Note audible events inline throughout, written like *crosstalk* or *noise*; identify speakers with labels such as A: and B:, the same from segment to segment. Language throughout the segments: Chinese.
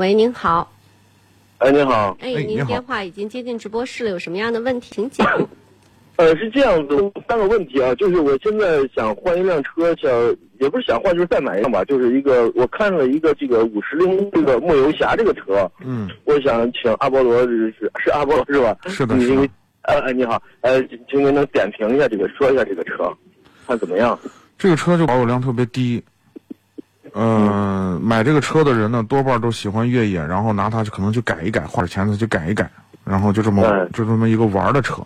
A: 喂，您好，
B: 哎，您好，
A: 哎，
C: 哎你
A: 您
C: 好
A: 电话已经接进直播室了，有什么样的问题请讲。
B: 呃，是这样子，三个问题啊，就是我现在想换一辆车，想也不是想换，就是再买一辆吧，就是一个我看了一个这个五十铃这个梦游侠这个车，
C: 嗯，
B: 我想请阿波罗是是是阿波罗是吧？
C: 是的，
B: 你
C: 是
B: 这个
C: 的，
B: 呃呃你好，呃，请您能点评一下这个，说一下这个车，看怎么样？
C: 这个车就保有量特别低。
B: 嗯
C: 呃，买这个车的人呢，多半都喜欢越野，然后拿它去可能去改一改，花点钱呢去改一改，然后就这么、
B: 嗯
C: 就这么一个玩儿的车。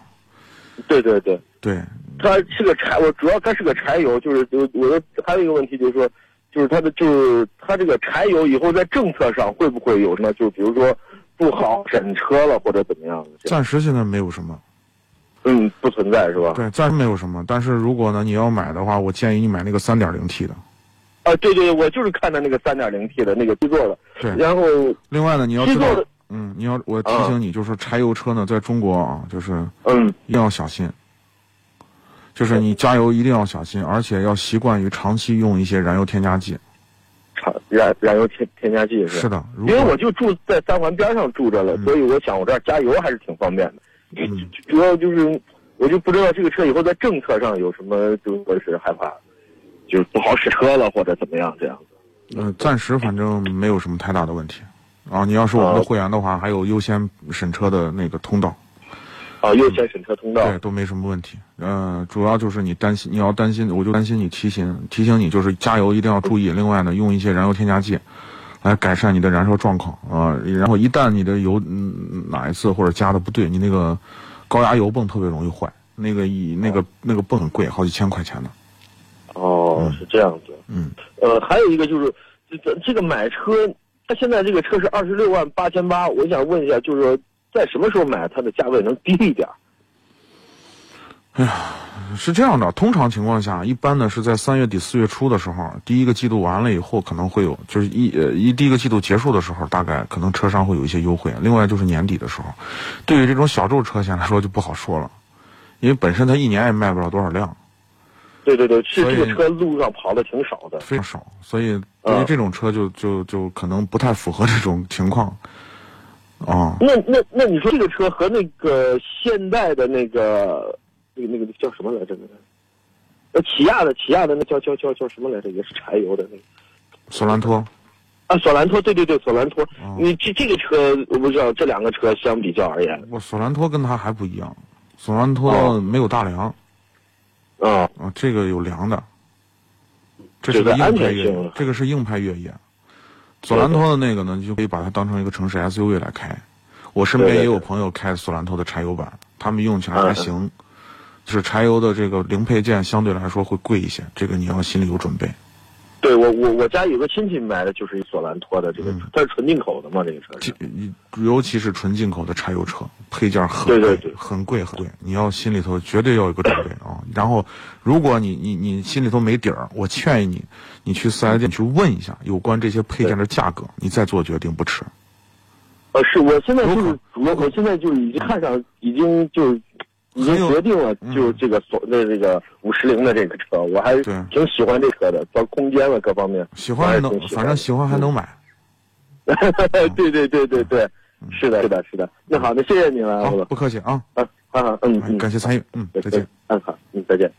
B: 对对对，
C: 对，
B: 它是个柴，我主要它是个柴油，就是我我的还有一个问题就是说，就是它的就是它这个柴油以后在政策上会不会有什么，就比如说不好审车了或者怎么样的？这样
C: 暂时现在没有什么，
B: 嗯，不存在是吧？
C: 对，暂时没有什么。但是如果呢你要买的话，我建议你买那个三点零 T 的。
B: 啊，对对，我就是看的那个三点零 T 的那个七座的，
C: 对，
B: 然后
C: 另外呢你要
B: 七
C: 知
B: 座
C: 道
B: 的，，
C: 嗯，你要我提醒你，就是柴油车呢，在中国啊，就是
B: 嗯
C: 一定要小心，就是你加油一定要小心，而且要习惯于长期用一些燃油添加剂。
B: 产燃燃油添添加剂
C: 是的，如
B: 因为
C: 果
B: 我就住在三环边上住着了，
C: 嗯
B: 所以我想我这儿加油还是挺方便的。
C: 嗯
B: 主要就是我就不知道这个车以后在政策上有什么，就是说是害怕，就是不好使车了或者怎么样这样。
C: 呃，暂时反正没有什么太大的问题。啊，你要是我们的会员的话，还有优先审车的那个通道，
B: 啊，优先审车通道。
C: 对，都没什么问题。呃，主要就是你担心，你要担心，我就担心你提醒提醒你，就是加油一定要注意。另外呢，用一些燃油添加剂，来改善你的燃烧状况啊、然后一旦你的油嗯哪一次或者加的不对，你那个高压油泵特别容易坏，那个一那个那个泵很贵，好几千块钱呢。
B: 哦，是这样子。
C: 嗯，
B: 呃，还有一个就是，这这这个买车，它现在这个车是二十六万八千八，我想问一下，就是说在什么时候买它的价位能低一点儿？
C: 是这样的，通常情况下，一般呢是在三月底四月初的时候，第一个季度完了以后，可能会有就是一呃一第一个季度结束的时候，大概可能车商会有一些优惠。另外就是年底的时候，对于这种小众车型来说就不好说了，因为本身它一年也卖不了多少辆，
B: 对对对，是
C: 所以
B: 这个车路上跑的挺少的。
C: 非常少，所以对于这种车就就就可能不太符合这种情况。啊、
B: 那那那你说这个车和那个现代的那个那个那个叫什么来着？那个呃，起亚的起亚的那叫叫叫叫什么来着？也是柴油的那个
C: 索兰托，
B: 啊，索兰托，对对对，索兰托。
C: 哦
B: 你这这个车我不知道，这两个车相比较而言，
C: 我索兰托跟它还不一样，索兰托
B: 哦
C: 没有大梁啊、
B: 啊、
C: 这个有梁的，
B: 这
C: 这是
B: 个
C: 个硬
B: 安
C: 派
B: 全
C: 越
B: 性
C: 野，这个是硬派越野。索兰托的那个呢，你就可以把它当成一个城市 SUV 来开。我身边
B: 对对
C: 也有
B: 对
C: 朋友开索兰托的柴油版，他们用起来
B: 嗯
C: 还
B: 嗯
C: 行，就是柴油的这个零配件相对来说会贵一些，这个你要心里有准备。
B: 对我我我家有个亲戚买的就是一索兰托的这个，它是纯进口的嘛，这个车
C: 嗯这
B: 是。
C: 尤其是纯进口的柴油车，配件很贵
B: 对对对
C: 很贵很贵，你要心里头绝对要有个准备啊。然后，如果你你你心里头没底儿，我劝你，你去四 S 店去问一下有关这些配件的价格，你再做决定不迟。
B: 呃，是我现在就
C: 有
B: 是
C: 可
B: 主要，我现在就是已经看上，已经就是。已经
C: 很有
B: 决定了，
C: 嗯
B: 就这个索那这个五十铃的这个车，我还
C: 对
B: 挺喜欢这车的，包括空间了各方面。
C: 喜欢还能
B: 我还挺，喜欢嗯
C: 反正喜欢还
B: *laughs*
C: 能嗯买。
B: 对对对对对，是的，是的，是的。那好，那谢谢你了，
C: 嗯好
B: 胡，总。
C: 不客气啊，
B: 哎啊啊，嗯嗯，
C: 感谢参与，嗯，再见。
B: 嗯好，嗯再见。